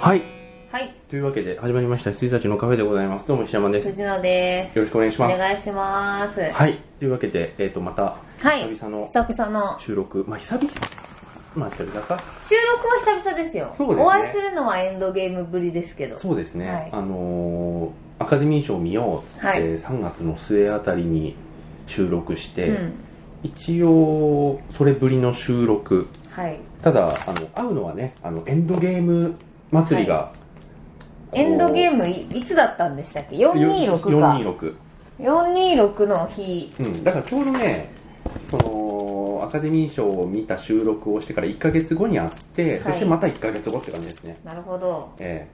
はい、というわけで始まりました羊たちのカフェでございますどうも石山ですよ藤野です。ろしくお願いしおます願いします。ははいというわけでえっ、とまた、い、久々の久々の収録まあ久々まあ久々か収録は久々ですよ。そうですねお会いするのはエンドゲームぶりですけど。そうですね、はいあのーアカデミー賞見ようっつって、はい3月の末あたりに収録して、うん、一応それぶりの収録はい。ただあの会うのはねあのエンドゲーム祭りが、エンドゲームムいいつだったんでしたっけ ?426 か。 426 426の日。うん、だからちょうどねそのアカデミー賞を見た収録をしてから1ヶ月後にあって、いそしてまた1ヶ月後って感じですね、なるほど。え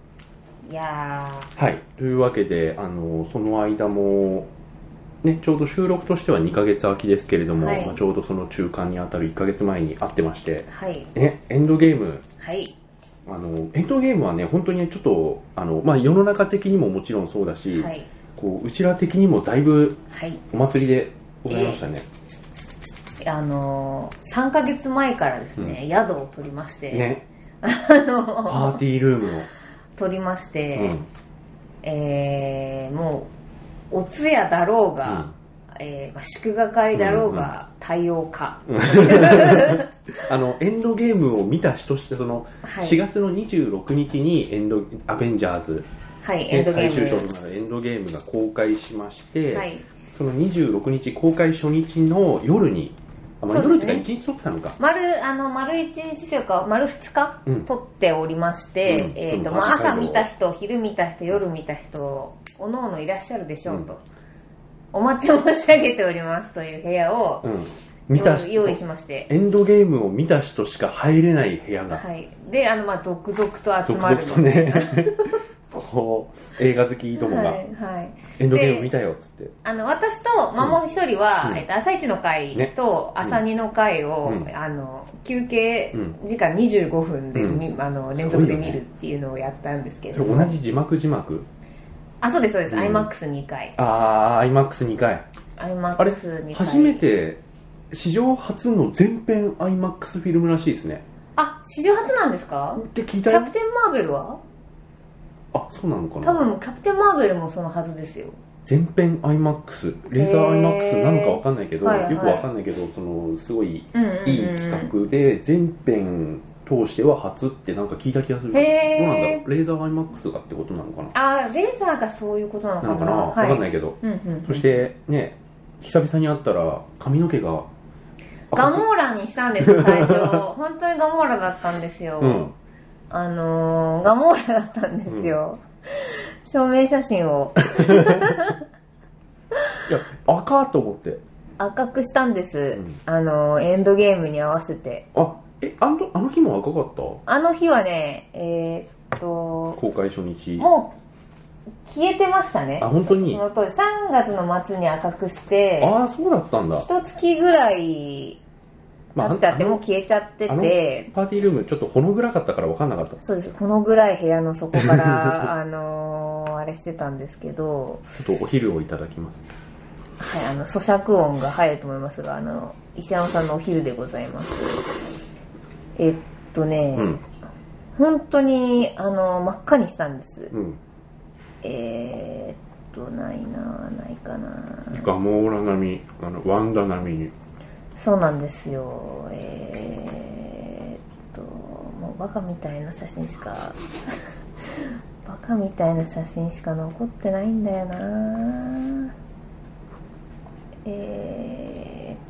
いやえはいというわけで、あのその間も、ね、ちょうど収録としては2ヶ月空きですけれども、はいまあちょうどその中間にあたる1ヶ月前に会ってましてー、はい。ね、エンドゲームはい。あのエンドゲームはね本当にねちょっとあの、まあ、世の中的にももちろんそうだし、はい。こううちら的にもだいぶはい。お祭りでございましたね、あのー、3ヶ月前からですね、宿を取りまして、ねあのパーティールームの、取りまして、うんえーもうお通夜だろうが、えーまあ、祝賀会だろうが、対応か、あのエンドゲームを見た人としてその、はい4月の26日にエンド「アベンジャーズはい」ねエンドゲ最終章ーとなるエンドゲームが公開しまして、ムはいその26日公開初日の夜にあ、まあ、そう夜でっすてねいうか1日撮ってたのか丸あの丸一日というか丸二日、うん撮っておりまして、うんえーとうんまあ、パーティー会場朝見た人昼見た人夜見た人おのおのいらっしゃるでしょうと、お待ちを申し上げておりますという部屋をうん見た用人用意しましてエンドゲームを見た人しか入れない部屋がはい、であの、まあ、続々と集続ま々るとね こう映画好きどもが、はいはい、エンドゲーム見たよっつってあの私とマモ一人は、うんえっと、朝一の会ねと朝二の会を、うんあの休憩うん時間25分で見、あの連続で見すごいよるっねていうのをやったんですけそどれ同じ字幕字幕あそうですそうです、うん iMAX2 回ああ IMAX2 回 iMAX2 回初めて史上初の全編 IMAX フィルムらしいですねあ史上初なんですかって聞いキたャよプテン・マーベルはあそうなのかな多分キャプテン・マーベルもそのはずですよ全編 IMAX レーザーへ IMAX ーなのかわかんないけど、はいはいよくわかんないけどそのすごいうんうん、うん、いい企画で全編通しては初ってなんか聞いた気がするどうなんだへーろうレーザー IMAX がってことなのかなあレーザーがそういうことなのかななのかなわはいかんないけどうんうん、そしてね久々に会ったら髪の毛がガ赤くモーラにしたんです最初本当にガモーラだったんですよ、うんあのー、ガモーラだったんですよ、証明写真をいや赤と思って赤くしたんです、んあのー、エンドゲームに合わせてあえあのあの日も赤かったあの日はねえーっと公開初日もう消えてましたねあ本当にその通り3月の末に赤くしてああそうだったんだ、一月ぐらい経っちゃってあのもう消えちゃってあのてパーティールームちょっとほの暗かったから分かんなかったそうですこのぐらい部屋の底から あのー、あれしてたんですけどちょっとお昼をいただきますはい、あの咀嚼音が入ると思いますがあの石山さんのお昼でございますえっとね、うん本当にあの真っ赤にしたんですうんえーっとないなないかなガモーラ並みあのワンダ並みにそうなんですよえーっともうバカみたいな写真しか バカみたいな写真しか残ってないんだよなえーっと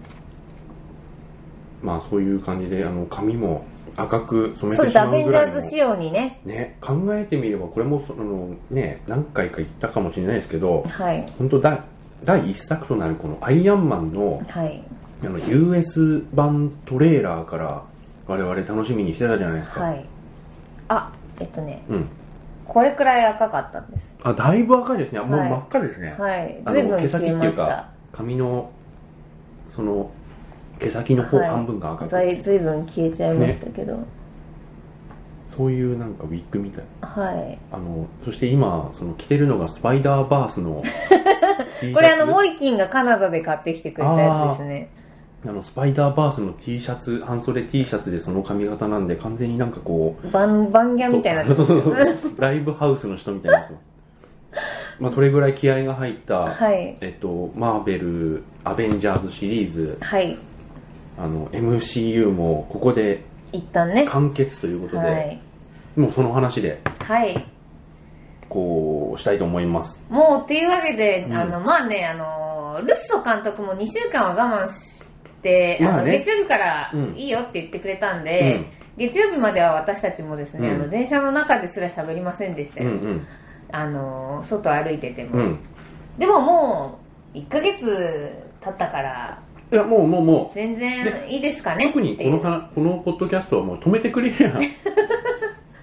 まあそういう感じであの髪も赤く染めそてうでしす、アまベうンぐジらャいーのズ仕様にね。ね考えてみればこれもそのね何回か言ったかもしれないですけどはい。本当だ第一作となるこのアイアンマンのはい。あの US 版トレーラーから我々楽しみにしてたじゃないですか、はい。あ、えっとね、うんこれくらい赤かったんです。あだいぶ赤いですね、もうはい真っ赤ですね、はい。あずいのぶ毛ん消先えっていまうしかた。髪のその毛先の方はい半分が赤く、ずいずいぶん消えちゃいましたけど。そういうなんかウィッグみたいはい。あのそして今その着てるのがスパイダー バースの T シャツこれあの、モリキンがカナダで買ってきてくれたやつですね。あのスパイダーバースの T シャツ半袖 T シャツでその髪型なんで完全になんかこうバンバンギャみたいなそう ライブハウスの人みたいになって ますまあそれぐらい気合が入った、はいえっと、マーベル「アベンジャーズ」シリーズはいあの MCU もここで一旦ね完結ということで、はいもうその話ではいこうしたいと思いますもうっていうわけで、うんあのまあねあのルッソ監督も2週間は我慢して、まああのね月曜日からうんいいよって言ってくれたんで、月曜日までは私たちもですね、うんあの電車の中ですら喋りませんでしたうんよ、うんあの外歩いてても、うんでももう1ヶ月経ったからいやもうもうもう全然いいですかね特にってこいのうかこのポッドキャストはもう止めてくれ や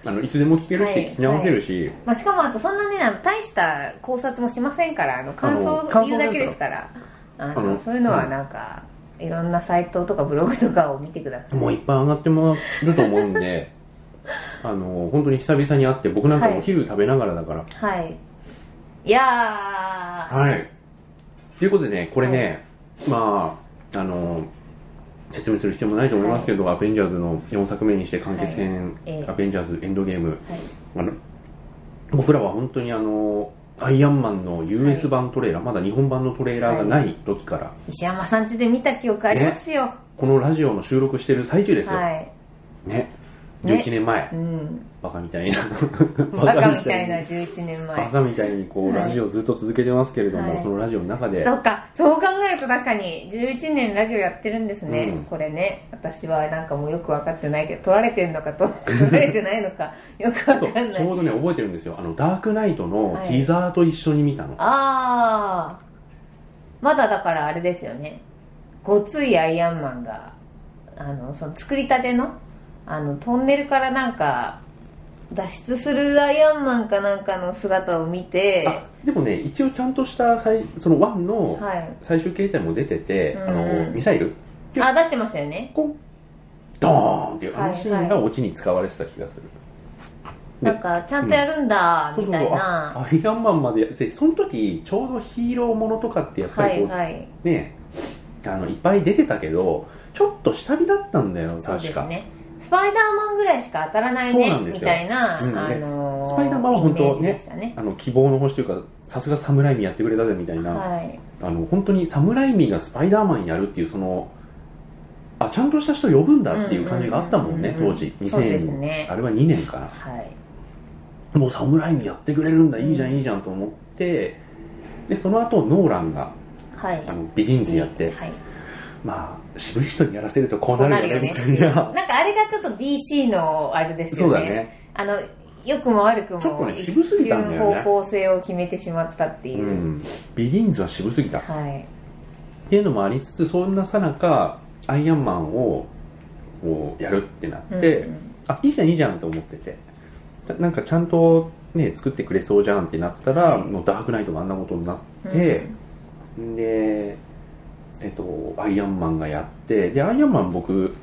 あのいつでも聞けるし、はい聞き直せるし、まあ、しかもあとそんなねあの大した考察もしませんからあの感想あの感を想言うだけですからあのあのそういうのはなんか、いろんなサイトとかブログとかを見てくださいもういっぱい上がってもらると思うんで あの本当に久々に会って僕なんかはいお昼食べながらだからはいいやーはい、ということでねこれね、まああの説明する必要もないと思いますけど、アベンジャーズの4作目にして完結編、ええアベンジャーズエンドゲームはいあの僕らは本当にあのアイアンマンの US 版トレーラー、まだ日本版のトレーラーがない時から、石山さん家で見た記憶ありますよ、このラジオの収録してる最中ですよ、はいねね11年前、 うんバカみたいな バカみたいにな11年バ前カみたいにこうはいラジオずっと続けてますけれども、はいそのラジオの中でそっかそう考えると確かに11年ラジオやってるんですね、うんこれね私はなんかもうよく分かってないけど撮られてんのかと撮られてないのかよく分そうかんなちょいうどね覚えてるんですよあのダークナイトのはいティザーと一緒に見たの、ああまだだからあれですよねごついアイアンマンがあのその作りたてのあのトンネルからなんか脱出するアイアンマンかなんかの姿を見てあでもね一応ちゃんとした最その1のはい最終形態も出てて、うんあのミサイルあ出してましたよねコンドーンっていうはいあのシーンがオチに使われてた気がする、でなんかちゃんとやるんだみたいな、あアイアンマンまでやってその時ちょうどヒーローものとかってやっぱはりいこう、はいねあのいっぱい出てたけどちょっと下火だったんだよ確そうかですねスパイダーマンぐらいしか当たらないそうなねんですよみたいな、うんねあのスパイダーマンは本当ねイメージでしたねあの希望の星というかさすが侍にやってくれたぜみたいな、はいあの本当に侍ミがスパイダーマンやるっていうそのあちゃんとした人呼ぶんだっていう感じがあったもんねうんうんうんう当ん時そうで2000、すねあれは2年かはいなもう侍ミやってくれるんだいいじゃうんんいいじゃんと思ってでその後ノーランがはいあのビギンズやって、はい、まあ渋い人にやらせるとこうなるよねみこたういななんかあれがちょっと DC のあれですそようだねねあの良くも悪くちょっともね一渋すぎたんだ瞬よね方向性を決めてしまったっていうう、んビギンズは渋すぎたはいっていうのもありつつそんなさなかアイアンマンをこうやるってなって、うんうんあいいじゃんいいじゃんと思っててななんかちゃんとね作ってくれそうじゃんってなったら、はいもうダークナイトもあんなことになって、でえっとアイアンマンがやってでアイアンマン僕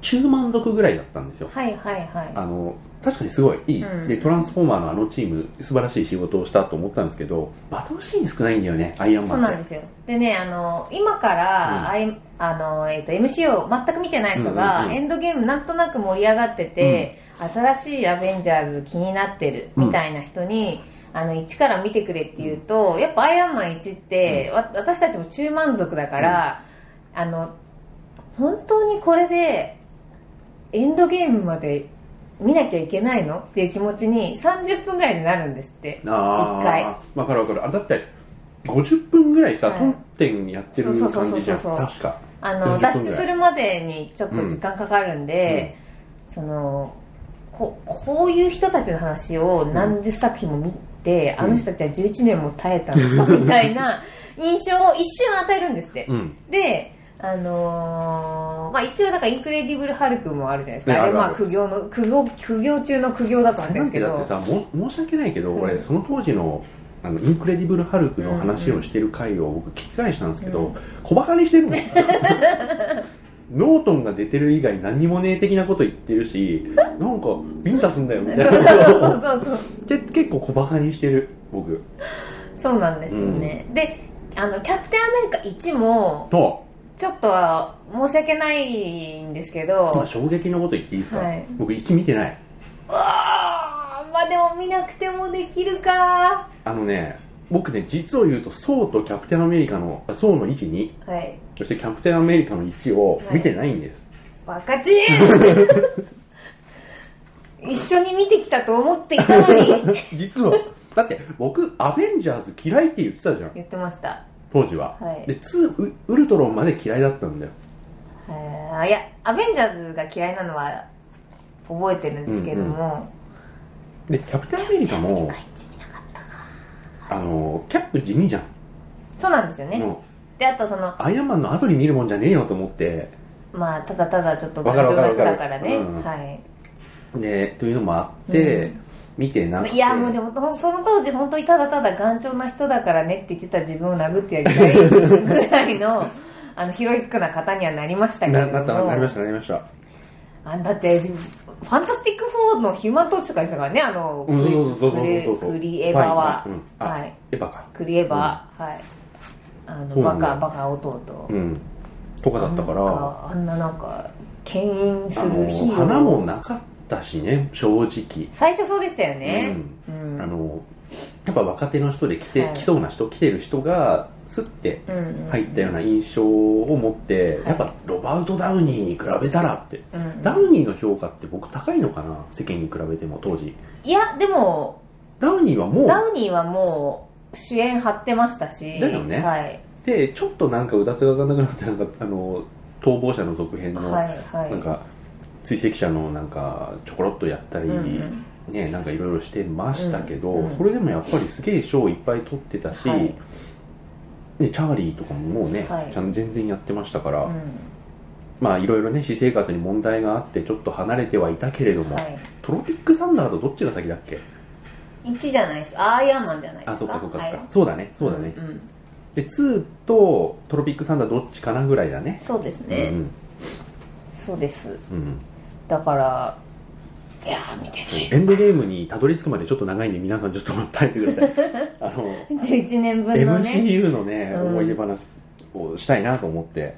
中満足ぐらいだったんですよはいはいはあの確かにすごいいい、うんでトランスフォーマーのあのチーム素晴らしい仕事をしたと思ったんですけどバトルシーン少ないんだよねアイアンいマそうンっなてんですよでねあの今かうんら、あいあのえっと MC を全く見てない人が、うんうんうんエンドゲームなんとなく盛り上がってて、新しいアベンジャーズ気になってるみたいな人に、あの1から見てくれって言うと、やっぱアイアンマン1って、わ私たちも中満足だから、あの本当にこれでエンドゲームまで見なきゃいけないのっていう気持ちに30分ぐらいでなるんですってあ一回あ分かる分かるあだって50分ぐらいさ、はいトン点やってるそうそうそう感じじゃんそうそう確かあの40脱分ぐ出らいするまでにちょっと時間かかるんで、そのここういう人たちの話を何十作品も見て、うんあの人たちは11年も耐えたのかみたいな印象を一瞬与えるんですって、うんであのーまあ、一応だからインクレディブル・ハルクもあるじゃないですか、ねあれあるあるまあ苦行の苦行苦行中の苦行だと思うんなんですけてだどってさも申し訳ないけど、うん俺その当時のあのインクレディブル・ハルクの話をしてる回を僕聞き返したんですけど、う小バカにしてるもんノートンが出てる以外何にもねえ的なこと言ってるしなんかビンタすんだよみたいなそこう そうそうそうとを結構小バカにしてる僕そうなんですよね、であのキャプテンアメリカ1もとちょっとは申し訳ないんです けど今衝撃のこと言っていいですか、はい僕1見てないうわーまあでも見なくてもできるかあのね僕ね実を言うとソーとキャプテンアメリカのあソーの12はいそしてキャプテンアメリカの1を見てないんです、バカ チン一緒に見てきたと思っていたのに 実はだって僕アベンジャーズ嫌いって言ってたじゃん言ってました当時は、はいで2ウウルトロンまで嫌いだったんだよえーいやアベンジャーズが嫌いなのは覚えてるんですけども、でキャプテンアメリカもあのキャップ地味じゃんそうなんですよね、もであとそのうアイアンマンの後に見るもんじゃねえよと思ってまあただただちょっとわかるわかるな人だからね、わかるうんはいでというのもあって、うん見てなくていやもうでもほんその当時本当にただただ頑丈な人だからねって言ってた自分を殴ってやりたいぐらいのあのヒロイックな方にはなりましたけれなどもなったなりましたなりましたあだってファンタスティック4のヒューマントーチとかでしたからねあのうんそうそうクそうそうそうそうリクリエヴァは、いいうんあ、はい、エヴァかクリエヴァ、はいあのそうなバんだカバカ弟、うんとかだったからなんあんななんか牽引すあるのヒーロー花もなかったしね正直、最初そうでしたよねうん、あのやっぱ若手の人で来て、はい来そうな人来てる人がスッてうんうん入ったような印象を持って、いやっぱロバート・ダウニーに比べたらって、うんうんダウニーの評価って僕高いのかな世間に比べても当時いやでもダウニーはもうダウニーはもう主演張ってましたし、だよねはい、でちょっとなんかうだつが上がんなくなってなんかあの逃亡者の続編の、はいはいなんか追跡者のなんかちょころっとやったり、うんうんねなんかいろいろしてましたけど、うんうんそれでもやっぱりすげえ賞いっぱい取ってたし、はいね、チャーリーとかももうね、はいちゃん全然やってましたから、うんまあいろいろね私生活に問題があってちょっと離れてはいたけれども、はトロピックサンダーとどっちが先だっけい、1じゃないですアイアンマンじゃないですかあそっかそっかそっか、はいそうだねそうだね、んんで2とトロピックサンダーどっちかなぐらいだねそうですね、うんそうですうんうんだからいやー見てないエンドゲームにたどり着くまでちょっと長いんで皆さんちょっと耐えてください あの、 11年分のね、 MCU のね、うん思い出話をしたいなと思って、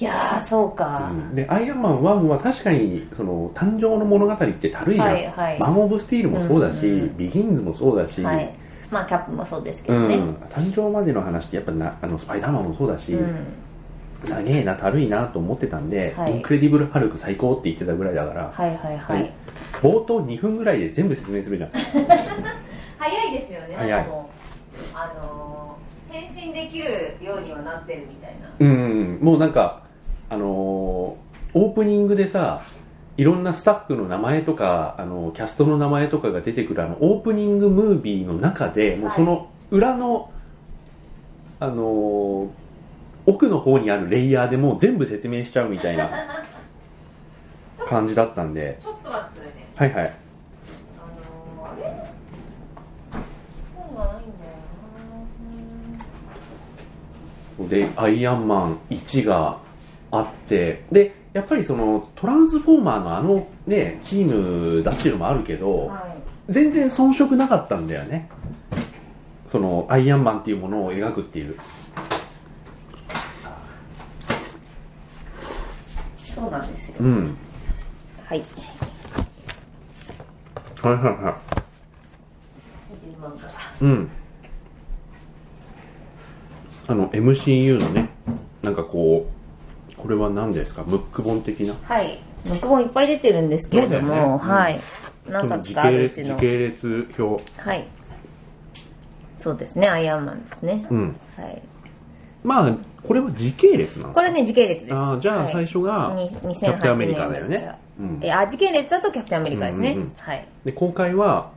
いやーそううか、んでアイアンマン1は確かにその誕生の物語ってたるいじゃん、はいはいマン・オブ・スティールもそうだし、うんうんビギンズもそうだし、はいまあキャップもそうですけうどんね、誕生までの話ってやっぱなあのスパイダーマンもそうだし、長えなたるいなと思ってたんで、はいインクレディブル・ハルク最高って言ってたぐらいだから、はいはいははい、い冒頭2分ぐらいで全部説明するじゃん早いですよね早いなんかもうあのー変身できるようにはなってるみたいなうん、もうなんか、あのーオープニングでさ、いろんなスタッフの名前とか、あのーキャストの名前とかが出てくるあの、オープニングムービーの中で、もうはいその裏の、あのー奥の方にあるレイヤーでもう全部説明しちゃうみたい な感じだったんで、ちょっと待ってねはいはい。あのーあれ本がないんだよなで、アイアンマン1があって、で、やっぱりその、トランスフォーマーのあのね、チームだっていうのもあるけど、はい全然遜色なかったんだよねそのアイアンマンっていうものを描くっていうそうなんですよ、うんはいはいはいは20万からいうんあの MCU のねなんかこうこれは何ですかムック本的なはい録本いっぱい出てるんですけれどそうだよねも、はい何冊時かあ系るう列ち時の系列表はいそうですねアイアンマンですね、うんはい、まあこれは時系列なのこれね時系列ですああじゃあはい最初がにキ2008年ャプテンアメリカだよね、うん、えあ時系列だとキャプテンアメリカですね、うんうんうんはいで公開は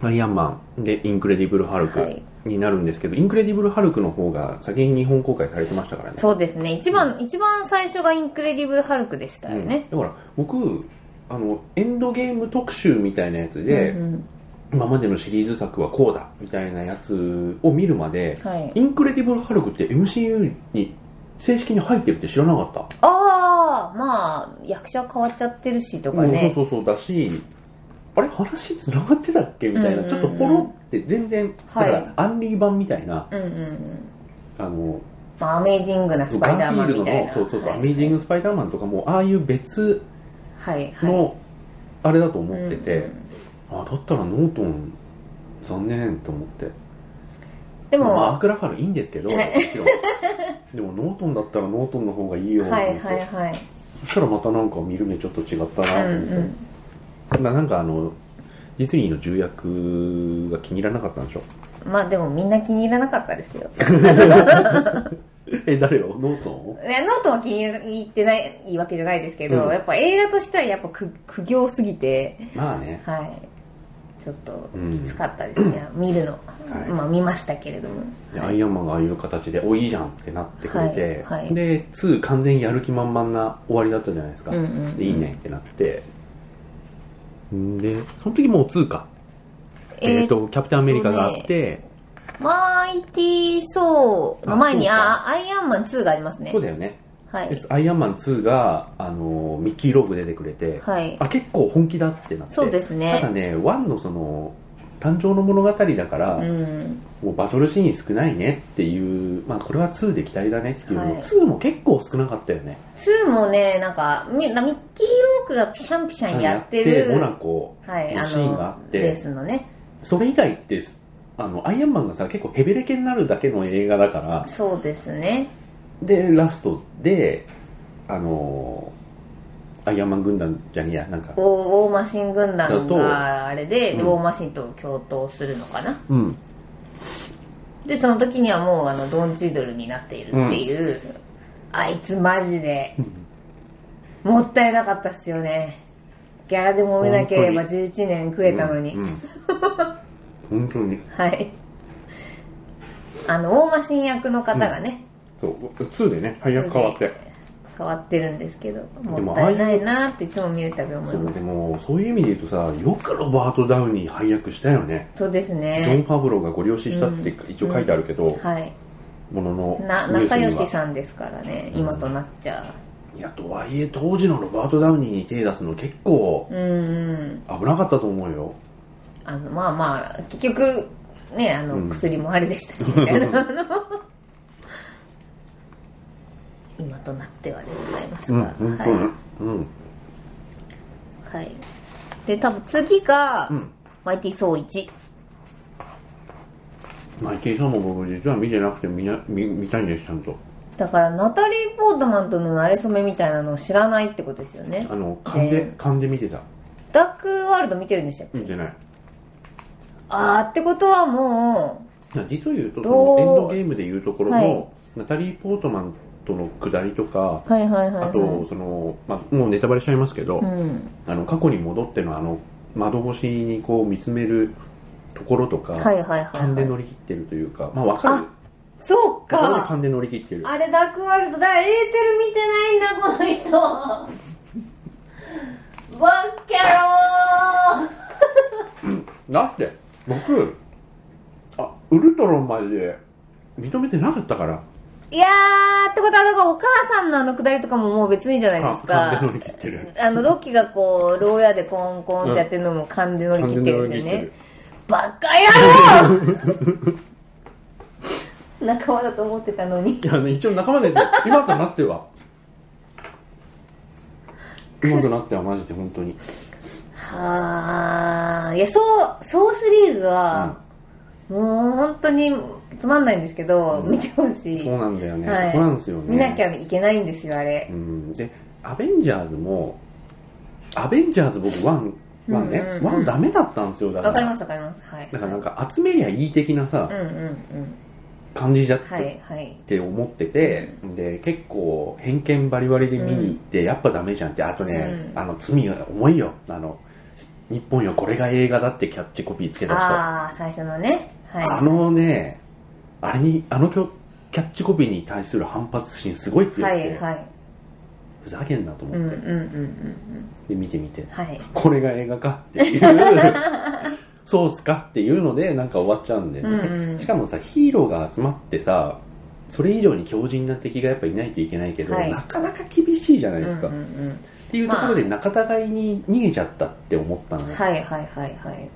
アイアンマンでインクレディブル・ハルクはいになるんですけど、インクレディブル・ハルクの方が先に日本公開されてましたからねそうですね一番、一番最初がインクレディブル・ハルクでしたようんね、だから僕あのエンドゲーム特集みたいなやつで、うんうん今までのシリーズ作はこうだみたいなやつを見るまで、はいインクレディブル・ハルクって MCU に正式に入ってるって知らなかったああまあ役者変わっちゃってるしとかうんねそうそうそうだしあれ話つながってたっけみたいな、うんうんうんちょっとポロって全然だかはいらアンリー版みたいな、うんうんうんあのまあ、アメイジングなスパイダーマンみたいなそうそうそう、はいアメイジング・スパイダーマンとかもああいう別はいはいのあれだと思ってて、うんうんあだったらノートン残念と思ってででも、まあ、アーもクラファルいいんですけどもちろんでもノートンだったらノートンの方がいいよ、はいはいはいそしたらまたなんか見る目ちょっと違ったなとう思んって、うんななんかあのディズニーの重役が気に入らなかったんでし ょまあでもみんな気に入らなかったですよ。え誰をノートンをいやノートは気に入ってないわけじゃないですけど、うんやっぱ映画としてはやっぱ苦苦行すぎて、まあねはい。ちょっとうんきつかったですね、見るの。いまあ見ましたけれども。でアイアンマンがああいう形で「おいいじゃん」ってなってくれて、はいはいで2完全にやる気満々な終わりだったじゃないですか、うんうんうんでいいねってなってんでその時もう2か、えっーとキャプテンアメリカがあって、マイティー・ソーの前に、あそうかあアイアンマン2がありますねそう。だよね、はいで。アイアンマン2が、あのーミッキー・ローグ出てくれて、はい。あ結構本気だってなってそうですねただね1のその誕生の物語だから、うん。もうバトルシーン少ないねっていう、まあ、これは2で期待だねっていうのも、はい2も結構少なかったよね2もね、なんか、みミッキー・ロークがピシャンピシャンやってる。モナコはい、のあシーンがあっの、てレースのね。それ以外ってあのアイアンマンがさ結構ヘベレケになるだけの映画だからそうですね。でラストであのーアイアンマン軍団じゃねえやなんかウォーウォーマシン軍団だとがあれで、うんウォーマシンと共闘するのかな、うんでその時にはもうあのドン・チドルになっているっていう、あいつマジでもったいなかったっすよねギャラで揉めなければ本11年食えたのに、うんうん本当にはいあのウォーマシン役の方がね、そう2でね配役変わって変わってるんですけどでももったいないなっていつも見るたび思いそうますでもそういう意味で言うとさよくロバート・ダウニー配役したよねそうですジョン・ねファブローがご利用ししたって一応書いてあるけど、はいもののなニュース仲には良しさんですからね今となっちゃいやとはいえ当時のロバート・ダウニーに手出すの結構ううんうん危なかったと思うよあのまあまあ結局ねあの、うん薬もあれでしたしみた いなあの今となってはでございますが、本当にはうんい、はい、で多分次が、うんマイティソー1マイケイさんも僕実は見てなくて見な見見たいんですちゃんとだからナタリー・ポートマンとの馴れ初めみたいなのを知らないってことですよねあの勘で全勘で見てたダークワールド見てるんでしたよ見てないあーってことはも実を言うとそどのうエンドゲームでいうところの、はいナタリー・ポートマンとの下りとかうはいはいはい、はい、あとその、まあ、もうネタバレしちゃいますけど、うんあの過去に戻ってのあの窓越しにこう見つめるところとか、はいはいはいはい勘で乗り切ってるというかまあわかるそうところでか勘で乗り切ってるあれダークワールドだエーテル見てないんだこの 人バッキャローだって僕あウルトロンまで認めてなかったからいやーってことはなんかお母さんのあのくだりとかももう別にじゃないです勘で乗かり切ってるあのロッキーがこう牢屋でコンコンってやってるのも勘で乗り切ってる勘んですよで乗り切ってねるバカ野郎 仲間だと思ってたのにいやね一応仲間ですよ今となっては今となってはマジで本当にはあいやそうそうシリーズは、もう本当につまんないんですけど、見てほしいそうなんだよね、はいそこなんですよね見なきゃいけないんですよあれう、んでアベンジャーズもアベンジャーズ僕ワンワンね、うんうんうんワンダメだったんですよだかわらかりますわかりますはいだからなんか集めりゃいい的なさ、うんうんうん感じだったはいはいって思ってて、で結構偏見バリバリで見に行って、やっぱダメじゃんってあとね、うんあの罪が重いよあの日本よこれが映画だってキャッチコピーつけた人あ,、ああ最初のねはいのねあれにあのきょキャッチコピーに対する反発心すごい強くて、はいはいふざけんなと思うんっうんて、うんうんで見てみてはいこれが映画かって いうそうっすかっていうのでなんか終わっちゃうんで、うんうんしかもさヒーローが集まってさそれ以上に強靭な敵がやっぱいないといけないけど、はいなかなか厳しいじゃないですか、うんっうんていうところで仲違いに逃げちゃったって思ったのうねん、はいはいはいはい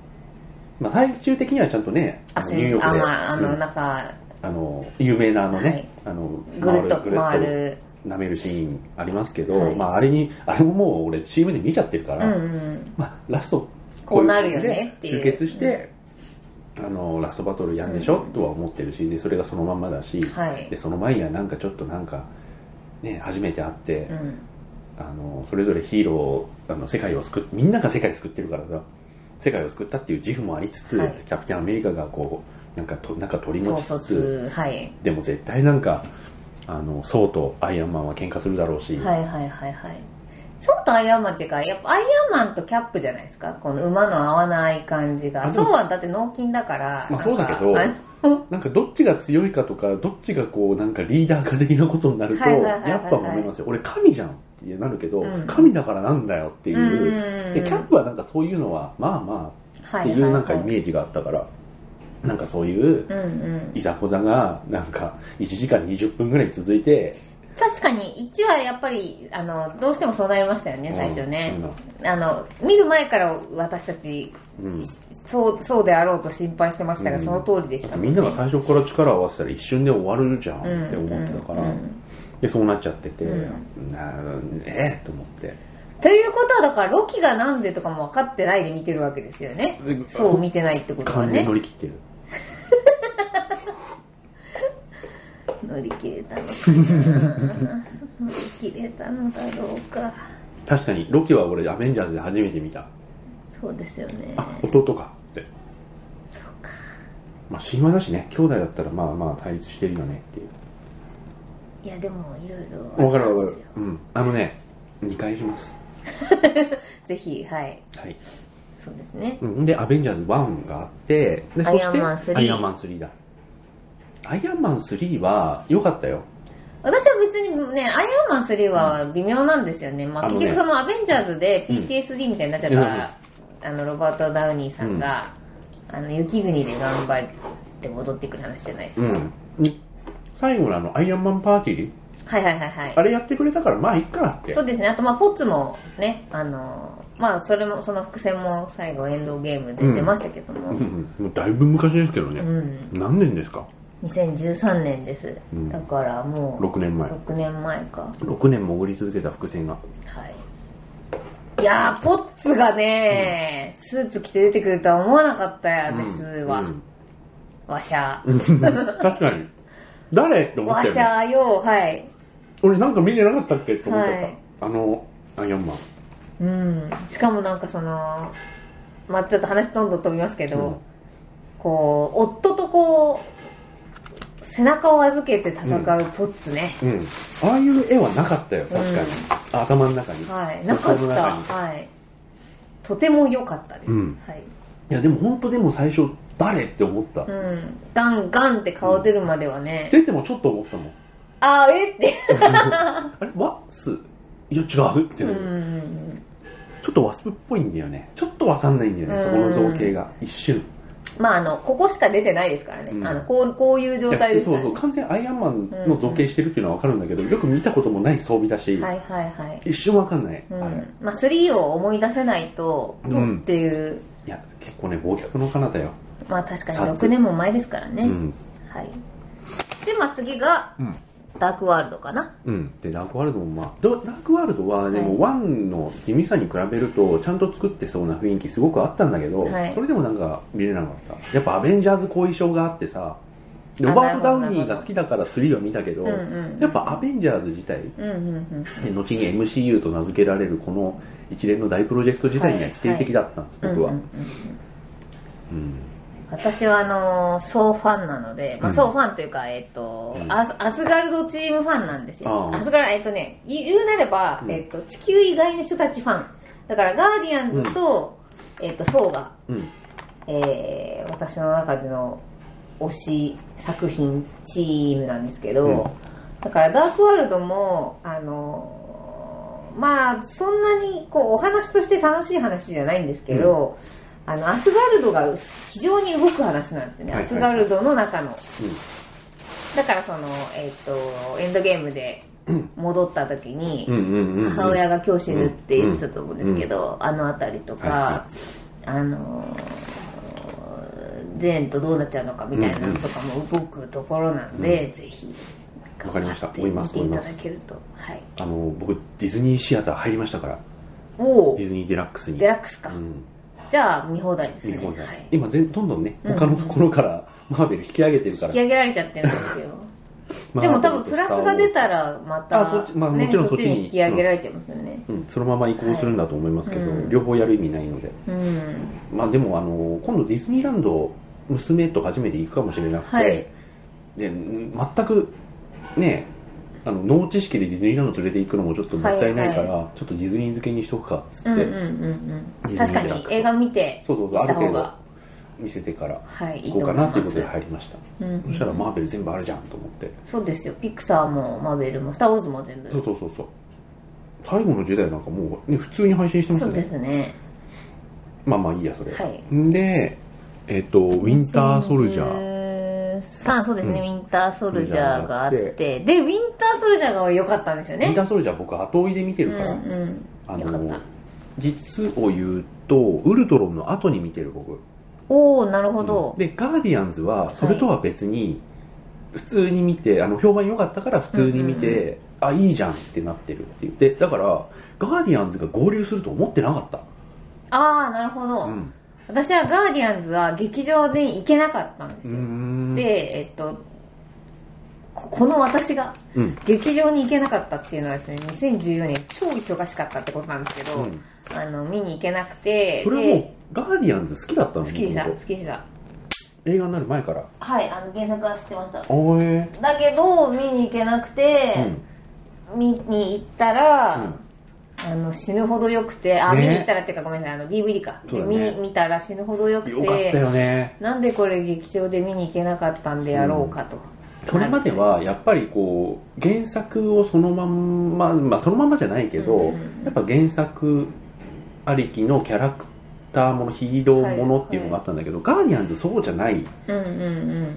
まあ、最終的にはちゃんとねあのせニューヨークであまああの、うんなんかあの有名なあのね、はいあのぐるっと回ぐるっると舐めるシーンありますけど、はいまあ、あれにあれももう俺 CM で見ちゃってるかうら、んうんまあ、ラストこうなるいよ感じでねっていう集結して、あのラストバトルやんでしょ、とは思ってるしでそれがそのまんまだし、はいでその前にはなんかちょっとなんか、ね、初めて会って、うんあのそれぞれヒーローをあの世界を救っみんなが世界を救ってるからさ世界を救ったっていう自負もありつつ、はいキャプテンアメリカがこうなんかとなんか取り統持ちつつ率はいでも絶対なんかあのソウとアイアンマンは喧嘩するだろうし、はいはいはいはいそうとアイアンマンっていうかやっぱアイアンマンとキャップじゃないですかこの馬の合わない感じあがでもそうはだって脳筋だからまあなんかそうだけどあ なんかどっちが強いかとかどっちがこうなんかリーダー化的なことになると、はいはいはいはいやっぱ思いますよ俺神じゃんってなるけど、うん神だからなんだよっていう、うんでキャップはなんかそういうのはまあまあっていうなんかイメージがあったから、なんかそういうはいはいはいうんうんいざこざがなんか1時間20分ぐらい続いて確かに1話やっぱりあのどうしてもそうなりましたよね最初ね、うんあの見る前から私たちうんそうそうであろうと心配してましたが、うんその通りでしたもねみんなが最初から力を合わせたら一瞬で終わるじゃんって思ってたから、うんうんうんでそうなっちゃってて、うなええと思ってということはだからロキがなんでとかも分かってないで見てるわけですよねでそう見てないってことは完全ねに乗り切ってる乗り切れたのかな乗り切れたのだろうか確かにロキは俺アベンジャーズで初めて見たそうですよねあ弟かってそうかまあ神話だしね兄弟だったらまあまあ対立してるよねっていういやでもいろいろ分かる分かるうんあのね2回しますぜひはいはいそうですねうんで、アベンジャーズ1があって、で、アそイしアンて、マン3アイアンマン3だ。アイアンマン3は、良かったよ。私は別にね、アイアンマン3は微妙なんですよね。まあ、あの結ね局そのアベンジャーズで PTSD みたいになっちゃった、あの、ロバート・ダウニーさんが、あの、雪国で頑張って戻ってくる話じゃないですうか。ん。に最後のあの、アイアンマンパーティーはいはいはいはいあ。れやってくれたから、まあ、いっかって。そうですね。あと、まあ、ポッツもね、あの、まあ、それも、その伏線も最後エンドゲームで出ましたけども、うんうんもうだいぶ昔ですけどね。ん何年ですか2013年です。んだからもう、 ?6 年前。 6年前か。 6年潜り続けた伏線が。はい。いやー、ポッツがね、スーツ着て出てくるとは思わなかったですわ。うんわしゃ。確かに。誰って思っわたよ、しね。ゃよ、はい。俺なんか見てなかったっけって思っちゃった。はいあの、アイアンマン。うん。しかもなんかその、まあちょっと話どんどん飛びますけど、うんこう、夫とこう、背中を預けて戦うポッツね。うん。ああいう絵はなかったよ、確かに。頭の中に。はい。なかっ心のた。中にはい。とても良かったです。うんはい。いやでも本当でも最初誰って思った、うん。ガンガンって顔出るまではね、出てもちょっと思ったもんあー、えって。あれワスいや違うってなる、ちょっとワスプっぽいんだよねちょっとわかんないんだよね、うんそこの造形が一瞬まああの、ここしか出てないですからね。うんあの、こう、こういう状態ですそかうらそねう。完全アイアンマンの造形してるっていうのはわかるんだけど、よく見たこともない装備だし、はいはいはい。一瞬わかんない、うあれいん、まあ3を思い出せないと、うんっていうや結構ね忘却の彼方よ、まあ確かにさ6年も前ですからね、うんはいでまあ次がうんダークワールドかなうん、でダークワールドもまあどダークワールドはでもは1の地味さに比べるとちゃんと作ってそうな雰囲気すごくあったんだけど、はいそれでもなんか見れなかったやっぱアベンジャーズ後遺症があってさであロバート・なダるほどウニーが好きだから3を見たけどうんうんうんやっぱアベンジャーズ自体うんうんうんで後に MCU と名付けられるこの一連の大プロジェクト自体には否定的だったんです、僕は、うんうんうん私はあのー、総ファンなので、まあ、うん総ファンというか、えっとうんアスアスガルドチームファンなんですよあーアスガルえっとね言う言うなれば、うんえっと、地球以外の人たちファンだからガーディアンズと、えっと、ソーが、うんえー私の中での推し作品チームなんですけど、うんだからダークワールドもあのーまあそんなにこうお話として楽しい話じゃないんですけど、あのアスガルドが非常に動く話なんですよね、はいはいアスガルドの中の、だからその、えっとエンドゲームで戻った時に、うんうんうんうん母親が教師ぬって言ってたと思うんですけど、あの辺りとか、はあのージェーンとどうなっちゃうのかみたいなのとかも動くところなので、ぜひわかりました頑張って追います見ていた追いだますけるとはいあの僕ディズニーシアター入りましたからおおディズニーデラックスにデラックスか、うんじゃあ見放題です日ね本で、はい、今全どんどんねうん他のところからマーベル引き上げてるか引らき上げられちゃってるんです よマーベでもル多分プラスが出たスターウォーズらまた、あそっちまあもちろんそっちにね引き上げられちゃいますよねうん、そのまま移行するんだと思いますけど、はいうん両方やる意味ないのでうん、まあでもあの今度ディズニーランド娘と初めて行くかもしれなくて、はいでん全くねあの脳知識でディズニーランド連れて行くのもちょっともったいないから、はいちょっとディズニー漬けにしとくかっつって、うんうんうんうディズニーん確かリラッにクス映画見てそうそうそうやあっるた程方度が見せてからはいいい行とこう思かいなまということすで入りました、うんそしたらマーベル全部あるじゃんと思ってそうですよピクサーもマーベルも「スター・ウォーズ」も全部そうそうそうそう最後の時代なんかもう、ね、普通に配信してますそうねですねまあまあいいやそれ、はいでえっ、とウィンターソルジャーー3そうですね、うんウィンターソルジャーがあってウィンタでウィンターソルジャーが良かったんですよウィンねターソルジャー僕後追いで見てうるんから、うあんよかったの実を言うとウルトロンの後に見てる僕おおなるほど、でガーディアンズはそれとは別に普通に見てあの評判良かったから普通に見うんて、あいいじゃんってなってるって言ってだからガーディアンズが合流すると思ってなかっああなるほど、たうん私はガーディアンズは劇場で行けなかったんですうよ、んでえっとここの私がうん劇場に行けなかったっていうのはですね2014年超忙しかったってことなんですけど、うんあの見に行けなくてそれはもうでガーディアンズ好きだったの好きでした好元々きでした映画になる前からはいあの原作は知ってましたおえだけど見に行けなくて、見に行ったら、うんあの死ぬほど良くてあ、ね見に行ったらっていうかごめんなさいあの DVD か、そうだ見ねに見たら死ぬほど良くよてかったよねなんでこれ劇場で見に行けなかったんでやろうかと、それまではやっぱりこう原作をそのまんま、まあ、そのまんまじゃないけど、うんうんうんやっぱ原作ありきのキャラクターものヒーローものっていうのがあったんだけど、ガーディアンズそうじゃないうんうんうん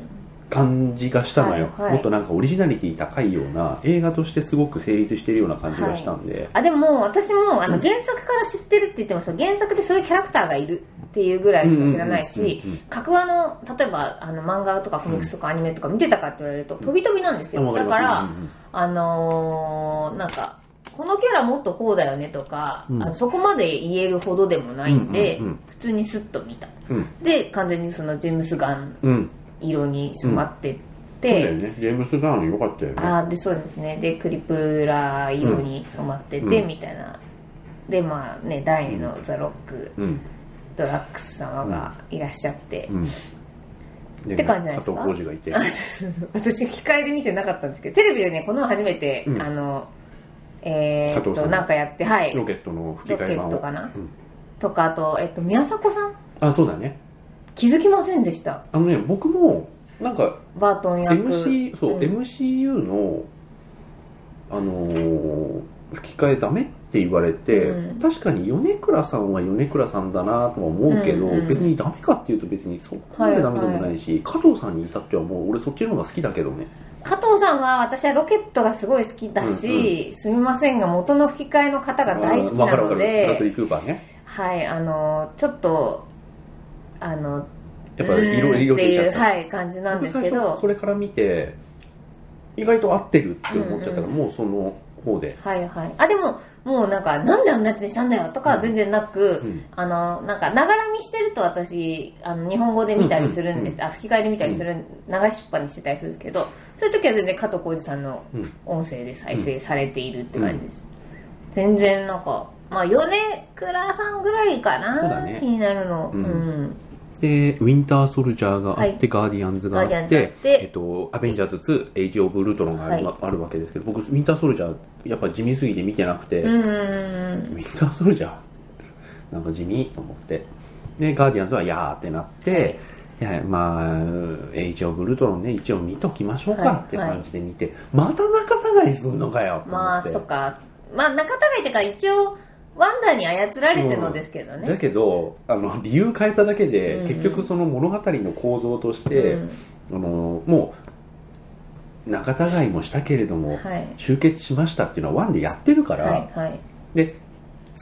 感じがしたのよ、はいはいもっとなんかオリジナリティ高いような映画としてすごく成立してるような感じがしたんで、あでも私もあの原作から知ってるって言ってました原作でそういうキャラクターがいるっていうぐらいしか知らないしうんうんうんうん格話の例えばあの漫画とかコミックスとかアニメとか見てたかって言われると飛び飛びなんですうんよわかだりますから、うんうんうんあのーなんかこのキャラもっとこうだよねとか、うんあのそこまで言えるほどでもないんで、うんうんうん普通にスッと見たうんで完全にそのジェームス・ガンうん色に染まってっそうて、だよねジェームス・ガンよかったよねあーでそうですねでクリプラ色に染まってて、うんみたいなでまあね第二のザ・ロックうんドラッグス様がいらっしゃって、うんって感じなんですか加藤浩二がいて私機械で見てなかったんですけどテレビでねこの前初めて、うんあのえー、加っ藤さとんなんかやってはいロケットの吹き替え版をロケットかなうんとかあと、えっと、宮迫さんあそうだね気づきませんでしたあのね僕もなんかバートン役 MC そう、ん MCU のあのー吹き替えダメって言われて、うん確かに米倉さんは米倉さんだなとは思うけど、うんうん別にダメかっていうと別にそこまでダメでもないし、加藤さんに至ってはもう俺そっちの方が好きだけどね加藤さんは私はロケットがすごい好きだし、うすみませんが元の吹き替えの方が大好きなのあーわかるわかるブラッドリー・でクーパーねはいあのちょっとあのやっぱり色うーん色っ々て出ちゃいっう、たはい、感じなんですけ僕最ど初それから見て意外と合ってるって思っちゃったから、うもうその方で、はいはいあでももうなんかなんであんなやつにしたんだよとかは全然なく、うんあのなんかながら見してると私あの日本語で見たりするんです、うんあ吹き替えで見たりする、流しっぱにしてたりするんですけどそういう時は全然加藤浩次さんのうん音声で再生されているって感じです、全然なんかまあ米倉さんぐらいかそうな、だね気になるのうんうんで、ウィンターソルジャーがあって、はいガーディアンズがあっガーデてィアンズがあってえっと、アベンジャーズ2、エイジ・オブ・ウルトロンがある,、はいあるわけですけど、僕、ウィンターソルジャー、やっぱ地味すぎて見てなくて、うウんうんィンターソルジャー、 なんか地味と思って、で、ガーディアンズは、やーってなって、いやまあ、エイジ・オブ・ウルトロンね、一応見ときましょうはいはかいって感じで見て、また仲違いすんのかよと思って。まあそっかまあ仲違いっていうか一応ワンダーに操られてるのですけどね、だけどあの理由変えただけで、うんうん結局その物語の構造として、うんあのもう仲違いもしたけれども、はい集結しましたっていうのは1でやってるから、はいはいで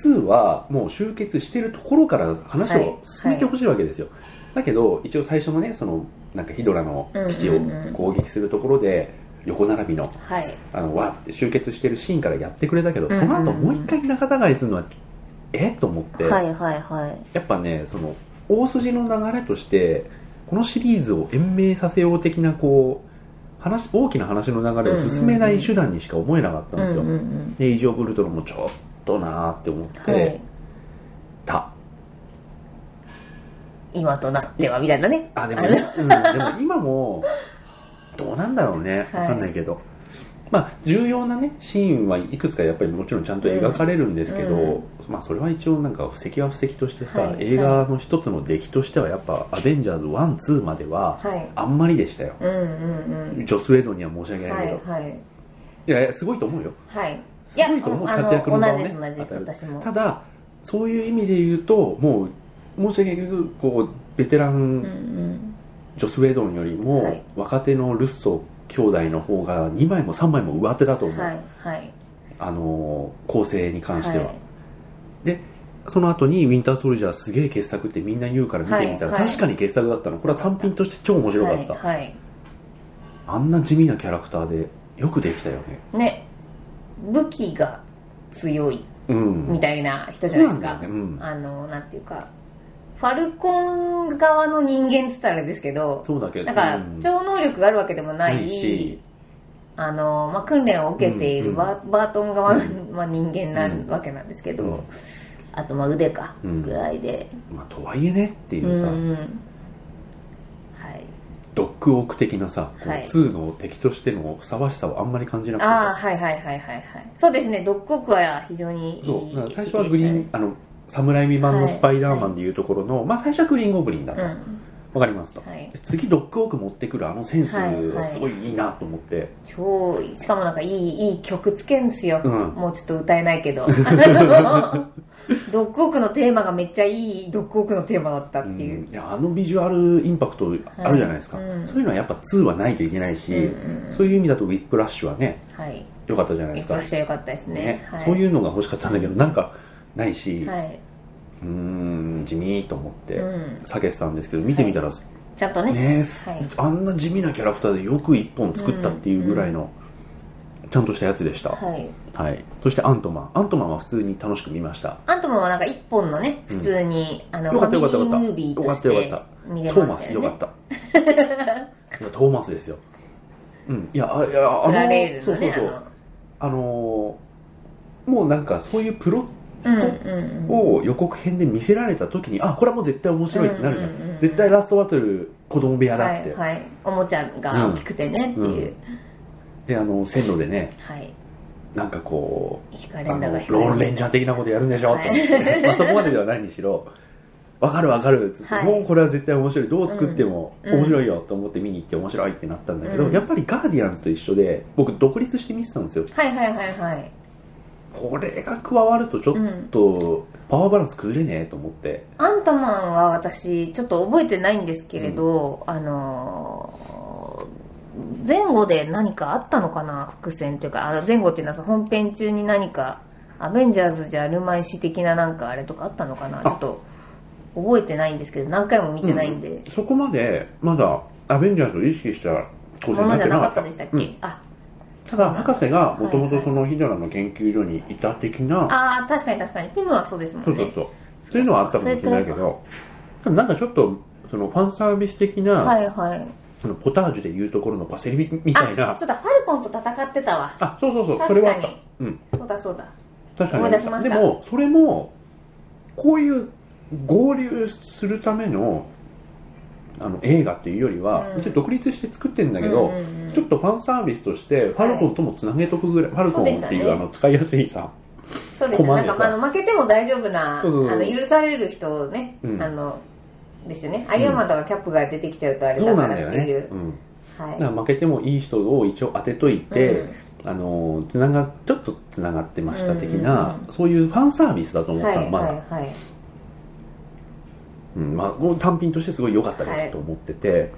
2はもう集結してるところから話はいを進めてほしいわけですよ、だけど一応最初のねそのなんかヒドラの基地をうんうんうん攻撃するところで横並びのはいあのわーって集結してるシーンからやってくれたけどうんうんその後もう一回仲違いするのはえっと思って、はいはいはいやっぱねその大筋の流れとしてこのシリーズを延命させよう的なこう話大きな話の流れを進めない手段にしか思えなかったんですよ、うんうんでイジオブルトロもちょっとなーって思ってうんはいた、今となってはみたいなねあでも,、あのうん、でも今もどうなんだろうねはいわかんないけど、まあ重要なねシーンはいくつかやっぱりもちろんちゃんと描かれるんですけど、うんまあ、それは一応なんか布石は布石としてさ、はい映画の一つの出来としてはやっぱ「アベンジャーズ1」2までははいあんまりでしたよ、うんうんジョス・ウェドンには申しう訳んなはいけど、いはいいやいやすごいと思うよはいすごいと思うやあ活躍の場をね同じです同じです私もただそういう意味で言うともう申し訳なくこうベテランうんうんジョス・ウェイドンよりはもい若手のルッソ兄弟の方が2枚も3枚も上手だと思う、はいはいあのー構成に関しては、はいでその後に「ウィンター・ソルジャーすげえ傑作」ってみんな言うから見てみたら、はいはい確かに傑作だったのこれは単品として超面白かった、はいはいあんな地味なキャラクターでよくできたよねね武器が強いうんみたいな人じゃないでそすうか、なんだよねうんあのなんていうかファルコン側の人間っつったらあれですけどそうだけどなんかうん超能力があるわけでもない,、ないしあのまあ、訓練を受けていうんうるんバ,、バートン側の、 まあ、人間なうんわけなんですけど、うんあとまあ腕かうんぐらいで、まあ、とはいえねっていううんさ、うんはい、ドッグオーク的なさ、こうはい2の敵としてのふさわしさをあんまり感じなくてああさはいはいはいはいはいそうですねドッグオークは非常にいいそうだから最初はグリーン、敵でしあの侍未満のはいスパイダーマンでいうところの、まあ最初はグリーンゴブリンだたと、わねうん、かりますと、はいで次ドッグオーク持ってくるあのセンスはいははいすごいいいなと思って、超いいしかもなんかいいいい曲つけんすよ、うんもうちょっと歌えないけ どあのドッグオークのテーマがめっちゃいいドッグオークのテーマだったってうんいう、いやあのビジュアルインパクトあるじゃないですか、はいうんそういうのはやっぱ2はないといけないし、うんそういう意味だとウィップラッシュはねはい良かったじゃないいですくからしゃよかったですねねはい、そういうのが欲しかったんだけどなんかないし、はい、うーん地味と思ってうん避けてたんですけど見てみたら、ちゃんとねねはいあんな地味なキャラクターでよく1本作ったっていうぐらいのちゃんとしたやつでした、はいはい、そしてアントマンアントマンは普通に楽しく見ましたアントマンはなんか一本のねうん普通に、あのよフかァっミたよリかったーよかムっービーたよとかしったよてか見っれたトまーマしスたよよかねったい やトーマスですようんいやあいやあプのラレールそうのそねうそうあのーもうなんかそういうプロあのうんうんうんを予告編で見せられた時にあこれはもう絶対面白いってなるじゃん,、うんうんうんうん絶対ラストバトル子供部屋だはって、いはいおもちゃが大きくてねっていう、であの線路でねはいなんかこうヒカあレンダのがロ光るーンレンジャー的なことやるんでしょ、はいと思ってまあそこまでではないにしろわかるわかるっつって、はいもうこれは絶対面白いどう作ってもうん面白いよと思って見に行って面白いってなったんだけど、うんやっぱりガーディアンズと一緒で僕独立して見てたんですよはいはいはいはいこれが加わるとちょっとパワーバランス崩れねえと思って、アントマンは私ちょっと覚えてないんですけれど、あのー前後で何かあったのかな伏線というかあの前後っていうのはその本編中に何かアベンジャーズじゃあるまいし的ななんかあれとかあったのかなあちょっと覚えてないんですけど何回も見てないんで、そこまでまだアベンジャーズを意識した構成もになっのじてゃなかなかっったたでしたっうけ、んあただ博士がもともはいはといそのヒドラの研究所にいた的なあー確かに確かにピムはそうですもんそねうそうそう。そういうのはあったかもしれないけど、なんかちょっと、そのファンサービス的な、はいはいそのポタージュでいうところのパセリみみたいな、ああそうだファルコンと戦ってたわそうそうそう、確そかれにはあった。うん、そうだそうだ確かに。思い出しましたでも、それも、こういう合流するための、あの映画っていうよりは、うん一応独立して作ってるんだけど、うんうんうんちょっとファンサービスとして、ファルコンともつなげとくぐらい、ファルコンそうってでいしう、たねあの使いやすいさ、そうですね、困なるんよか、まあ、あの負けても大丈夫なそうそうそうあの許される人をね、うんあのですよねアイアンマンとかキャップが出てきちゃうとあれそうなだかんだよらってねいう。うんはいだから負けてもいい人を一応当てといて、あのつながちょっとつながってました的な、うんうんそういうファンサービスだと思っはいたはの、いまだ、はいうんまあ、もう単品としてすごい良かったではすいと思ってて、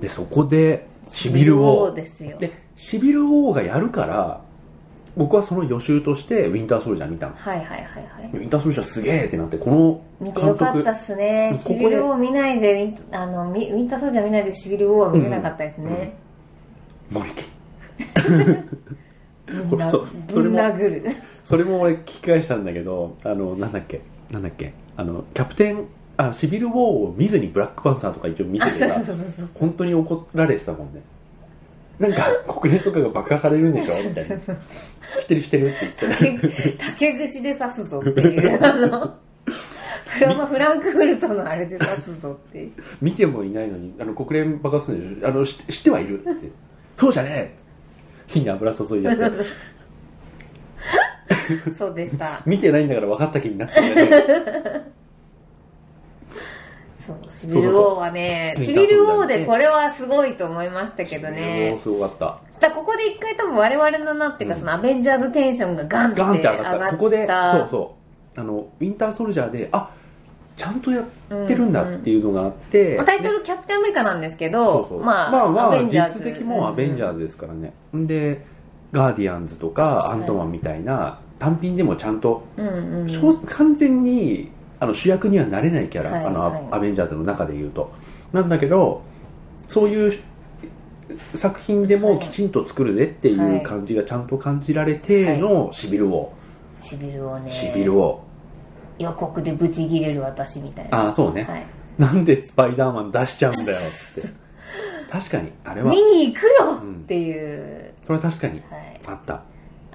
でそこでシビル王ですよでシビル王がやるから僕はその予習としてウィンターソルジャー見たのはいはいはいはいウィンターソルジャーすげえってなってこの見監て督よかったっすねここシでビル・ウォー見ないでウィンあのみウィンター・ソルジャー見ないでシビル・ウォーは見れなかったですね、もう一回ぶこんれなそうそぶれんも殴るそれも俺聞き返したんだけどあのなんだっけなんだっけあのキャプテンあシビル・ウォーを見ずにブラックパンサーとか一応見てあてそうさそうそうそう本当に怒られてたもんねなんか国連とかが爆破されるんでしょみたいな知ってる知ってるって言ってたね竹竹串で刺すぞっ ていうあのフラのフランクフルトのあれで刺すぞっていう見てもいないのにあの国連爆発するんでしょあの知って知ってはいるってそうじゃねえ火に油注いじゃってそうでした見てないんだから分かった気になってんじゃねえそうシビル・ウォーはねそうそうシビル・ウォーでこれはすごいと思いま したけどもねうすごかっただからここで一回多分我々のなんていうか、そのアベンジャーズテンションがガンってガンって上がった上がったここでそうそうあのウィンターソルジャーであちゃんとやってるんだっていうのがあって、まあタイトねル「キャプテンアメリカ」なんですけそうど、そうまあ、まあまアあベンジ実ャーズ質的もアベンジャズ、ーズですからね、でガーディアンズとかアントマンみたいな単品でもちゃんと、うんうんしょう完全にあの主役にはなれないキャラ、はいあはいのアベンジャーズの中でいうとなんだけどそういう作品でもきちんと作るぜっていう感じがちゃんと感じられてのシビル王、シビルをねシビル王予告でブチギレる私みたいなああそうね、はい、なんでスパイダーマン出しちゃうんだよって確かにあれは見に行くようんっていう、それは確かにはい、あった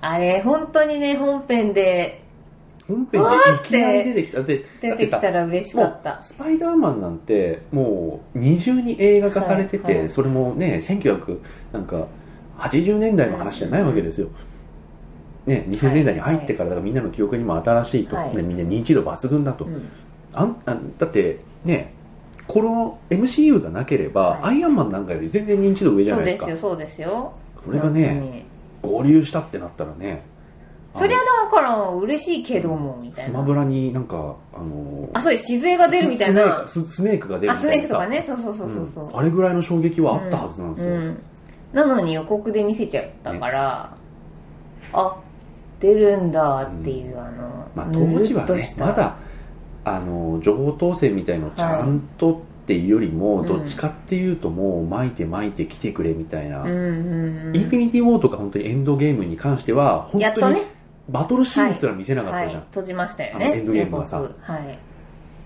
あれ本当にね本編で本編わでーいってきなり出てきただって出てきただってら嬉しさもかうったスパイダーマンなんてもう二重に映画化されてて、はいはいそれもね1900なんか80年代の話じゃないわけですよ、ね、2000年代に入ってからだからみんなの記憶にも新しいと、はいねみんな認知度抜群だと、うんあんあんだってねこの MCU がなければ、はアイアンマンなんかより全然認知度上じゃそなういでですかすよそうですよそれがね本当に合流したってなったらねあのそりゃだから嬉しいけどもみたいスなマブラになんかあのあそうです静が出るみたいなススネークがススネークが出るあみスたいネーなクさとかねそうそうそうそうそう、うんあれぐらいの衝撃はあったはずなんですよ、うん、なのに予告で見せちゃったから、あ出るんだっていう、あの、まあ、ぬ当る時っはとねしたまだあの情報統制みたいのちゃんとっていうよりも、はいどっちかっていうともう巻いて巻いて来てくれみたいな、うんうんうインフィんニティ・ウォーとか本当にエンドゲームに関しては本やっ当とにねバトルシーンすら見せなかっはたいじゃん、閉じましたよあのねエンドゲームがさ予告はい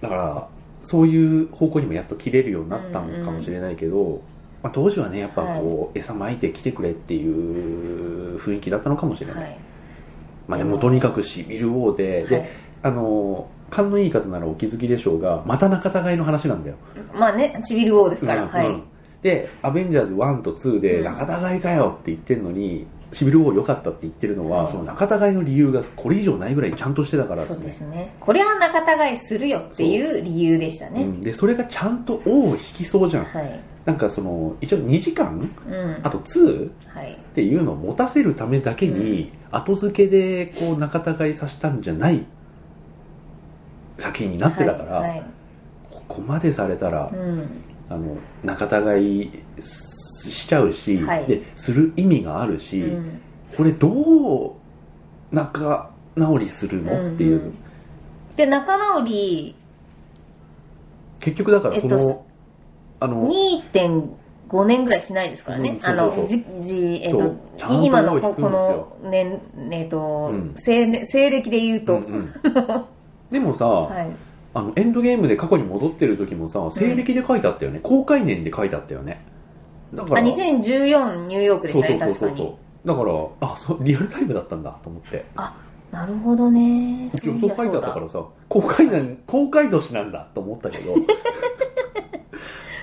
だからそういう方向にもやっと切れるようになったのかもしれないけど、まあ、当時はねやっぱこう、餌撒いて来てくれっていう雰囲気だったのかもしれない、はいまあ、でもとにかくしビル王で、はでいあの勘のいい方ならお気づきでしょうがまた仲違いの話なんだよまあねシビル王ですから、うんはい、うんで「アベンジャーズ1」と「2」でうん仲違いかよって言ってるのに、シビル王良かったって言ってるのは、はいその仲違いの理由がこれ以上ないぐらいちゃんとしてたからでそうすでねすねこれは仲違いするよっていう理由でしたうね、んでそれがちゃんと王を引きそうじゃんはいなんかその一応2時間うんあと2っはいていうのを持たせるためだけに、後付けでこう仲違いさせたんじゃない作品になってたから、はいはいここまでされたら、うんあの仲違いしちゃうし、はいでする意味があるうし、んこれどう仲直りするの、うんうんっていうで仲直り結局だからその、えっとあの2.5年ぐらいしないですからね、そうあそうそうのじじえっそとうちゃんと今の用こ意してくこんですよの年、えっとうん西暦西暦で言うと、うんうんでもさ、はい、あのエンドゲームで過去に戻ってる時もさ西暦で書いてあったよね、公開年で書いてあったよねだあから2014ニューヨークでそしうたそねうそうそう確かにそうだからあそうリアルタイムだったんだと思ってなるほどねそうい書やいてあったかそうらさ公開年公開年なんだと思ったけ ど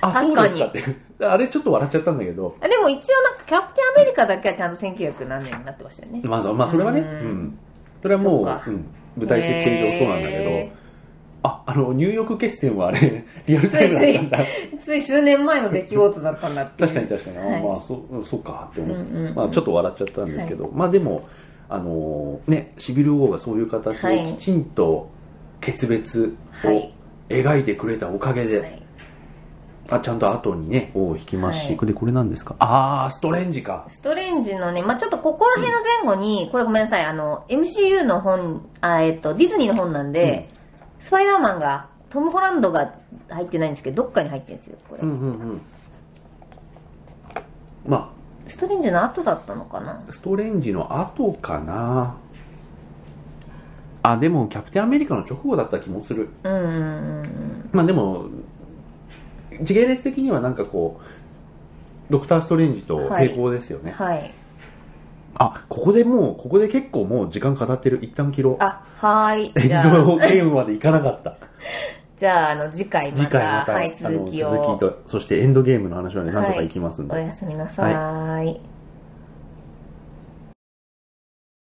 あそうですかってあれちょっと笑っちゃったんだけどだあでも一応なんかキャプテンアメリカだけはちゃんと1900何年になってましたよねまあ、そまあそれはね、ううんんそれはもうそっかうん、舞台設定上そうなんだけへどああのニューヨーク決戦はあれ リアルタイムだったんだーつい数年前の出来事だったんだっていう 確かに確かに、あはいまあそそうかって思って、うんうんうんまあ、ちょっと笑っちゃったんですけど、まあでもあのーねシビル王がそういう形はでいきちんと決別はをい描いてくれたおかげで、はいあ、ちゃんと後にね、を引きまして、はで、これなんですかあー、ストレンジか。ストレンジのね、まあ、ちょっとここら辺の前後に、これごめんなさい、あの、MCU の本、あ、えっと、ディズニーの本なんで、スパイダーマンが、トム・ホランドが入ってないんですけど、どっかに入ってるんですよ、これ。うんうんうん。まストレンジの後だったのかなあ、ストレンジの後かな。あ、でも、キャプテンアメリカの直後だった気もする。うんうんうんうん。まあでも、時系列的にはなんかこう、ドクター・ストレンジと並行ですよね。はい。あ、ここでもう、ここで結構もう時間語ってる。一旦切ろう。あ、はーい。エンじゃあ、ドゲームまでいかなかった。じゃあ、あの、次回また、次回また、はい、あの続続ききを。と、そしてエンドゲームの話まで何とはかいきますんで。おやすみなさーい